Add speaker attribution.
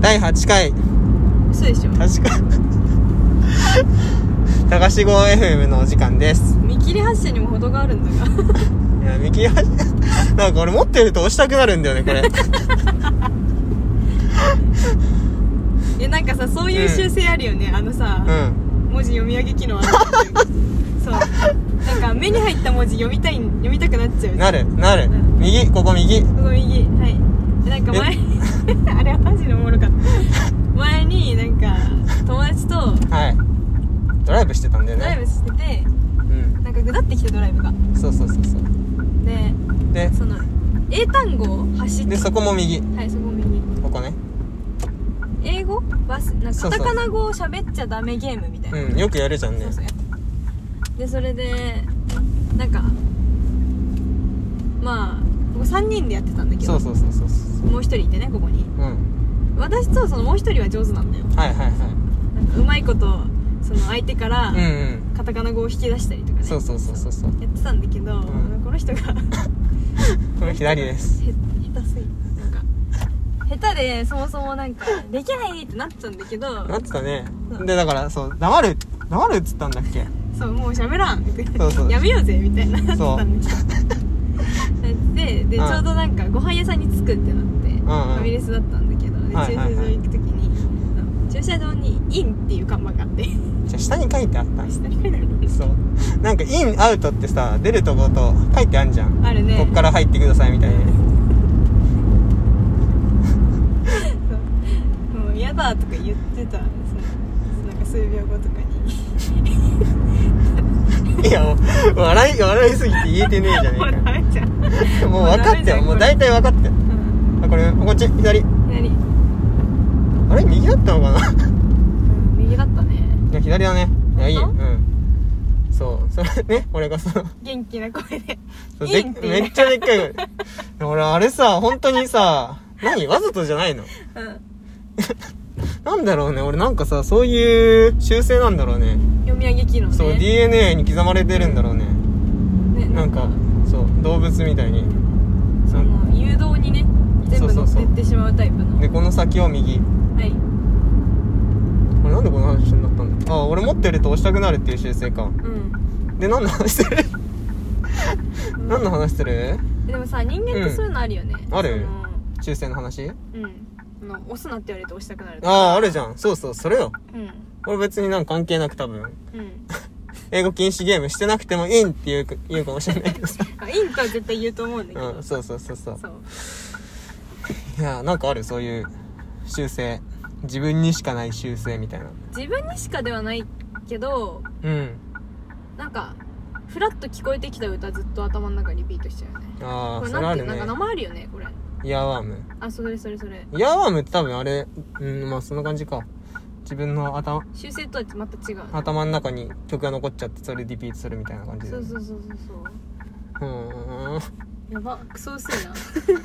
Speaker 1: 第8回
Speaker 2: 嘘でしょ
Speaker 1: 確か高志号 FM のお時間です
Speaker 2: 見切り発車にも程があるんだが
Speaker 1: いや右端なんか俺持ってると押したくなるんだよねこれ
Speaker 2: えなんかさそういう修正あるよね、あのさ、
Speaker 1: うん
Speaker 2: 文字読み上げ機能ある そうなんか目に入った文字読みたい読みたくなっちゃう
Speaker 1: なるなる
Speaker 2: うん
Speaker 1: 右ここ右
Speaker 2: ここ右はいなんか前に あれはマジでおもろかった前になんか友達と
Speaker 1: はいドライブしてたんだよ
Speaker 2: ド
Speaker 1: ね
Speaker 2: ライブしてて
Speaker 1: うん
Speaker 2: なんか下ってきてドライブが
Speaker 1: そうそうそうそう
Speaker 2: で
Speaker 1: で
Speaker 2: その英単語を走って
Speaker 1: でそこも右
Speaker 2: はいそこ右
Speaker 1: ここね
Speaker 2: 英語バスなん
Speaker 1: そ
Speaker 2: か
Speaker 1: う
Speaker 2: カ
Speaker 1: そう
Speaker 2: タカナ語を喋っちゃダメゲームみたいな、
Speaker 1: うんよくやるじゃんね
Speaker 2: そうそうやってでそれでなんかまあここ3人でやってたんだけど
Speaker 1: そうそうそうそうそう
Speaker 2: もう1人いてねここに
Speaker 1: うん
Speaker 2: 私とそのもう1人は上手なんだよ
Speaker 1: はいはいは
Speaker 2: なんかうまいことその相手から
Speaker 1: いうんうん
Speaker 2: カタカナ語を引き出したりとかね、
Speaker 1: そうそうそうそうそう
Speaker 2: やってたんだけど、
Speaker 1: ん
Speaker 2: この人が下
Speaker 1: これ左です
Speaker 2: 手すぎてなんか下手でそもそもなんかできないってなっちゃうんだけど
Speaker 1: なってたね
Speaker 2: そう
Speaker 1: でだからそう黙る黙るっつったんだっけ
Speaker 2: そうもう喋らんみたいな
Speaker 1: そうそう
Speaker 2: やめようぜみたいななって
Speaker 1: そう
Speaker 2: たんだけどででち
Speaker 1: うん
Speaker 2: ょうどなんかご飯屋さんに着くってなって、ファミレスだったんだけどで駐
Speaker 1: はい
Speaker 2: 車
Speaker 1: はいはい
Speaker 2: 場行く時に、あの駐車場に「イン」っていう看板があって
Speaker 1: じゃあ下に書いてあった
Speaker 2: 下に書いてある
Speaker 1: そうなんかインアウトってさ出るとこと書いてあんじゃん、
Speaker 2: あるね
Speaker 1: こっから入ってくださいみたいな
Speaker 2: そうもう嫌だとか言ってたそのなんか数秒後とかに
Speaker 1: いやもう笑い笑いすぎて言えてねえじゃね
Speaker 2: ほら
Speaker 1: え
Speaker 2: あちゃん、
Speaker 1: かもう分かってよもう大体分かってよ
Speaker 2: うん、
Speaker 1: あこれこっち左
Speaker 2: 左、うん、
Speaker 1: あれ右だったのか な
Speaker 2: 右だったね
Speaker 1: いや左だねいやいい
Speaker 2: 本
Speaker 1: うんそうそれね俺がその
Speaker 2: 元気な声で
Speaker 1: そう
Speaker 2: イ
Speaker 1: で
Speaker 2: ンって
Speaker 1: め
Speaker 2: 言
Speaker 1: っちゃでっかい声俺あれさ本当にさ何わざとじゃないの
Speaker 2: う、うん、
Speaker 1: なんだろうね俺なんかさそういう習性なんだろうね
Speaker 2: 読み上げ機能ね
Speaker 1: そう DNA に刻まれてるんだろうね
Speaker 2: ね
Speaker 1: なんかそう動物みたいに
Speaker 2: その誘導にね全
Speaker 1: そう
Speaker 2: 部
Speaker 1: そ
Speaker 2: 乗
Speaker 1: う
Speaker 2: っ
Speaker 1: そう
Speaker 2: てってしまうタイプの
Speaker 1: でこの先を右
Speaker 2: はい
Speaker 1: 俺なんでこの話になったんだあ俺持ってると押したくなるっていう習性か
Speaker 2: うん
Speaker 1: で何の話してる 何の
Speaker 2: うん
Speaker 1: 話してる
Speaker 2: でもさ人間ってそういうのあるよね、
Speaker 1: うんある中性の話
Speaker 2: そのうんあの押すなって言われて押したくなる
Speaker 1: あああるじゃんそうそうそれよ
Speaker 2: うん
Speaker 1: 俺別になんか関係なく多分
Speaker 2: うん
Speaker 1: 英語禁止ゲームしてなくてもいいんって言う言うかもしれ ないけどさ
Speaker 2: あインとは絶対言うと思うんだけど、
Speaker 1: うんそうそうそうそう
Speaker 2: そう
Speaker 1: いやなんかあるそういう習性自分にしかない習性みたいな
Speaker 2: 自分にしかではないけど
Speaker 1: うん
Speaker 2: なんかフラッと聞こえてきた歌ずっと頭の中リピートしちゃうよね
Speaker 1: あ
Speaker 2: こ
Speaker 1: あ
Speaker 2: れ
Speaker 1: それあ
Speaker 2: なんて
Speaker 1: る
Speaker 2: なん
Speaker 1: ね
Speaker 2: か名前あるよねこれ
Speaker 1: イヤーワーム
Speaker 2: あそれそれそれ
Speaker 1: イヤーワームって多分あれうんまあそんな感じか自分の頭
Speaker 2: 修正とはまた違う、
Speaker 1: 頭の中に曲が残っちゃってそれリピートするみたいな感じで
Speaker 2: そううそうそうそうそう
Speaker 1: ーん
Speaker 2: うやばクソ薄いな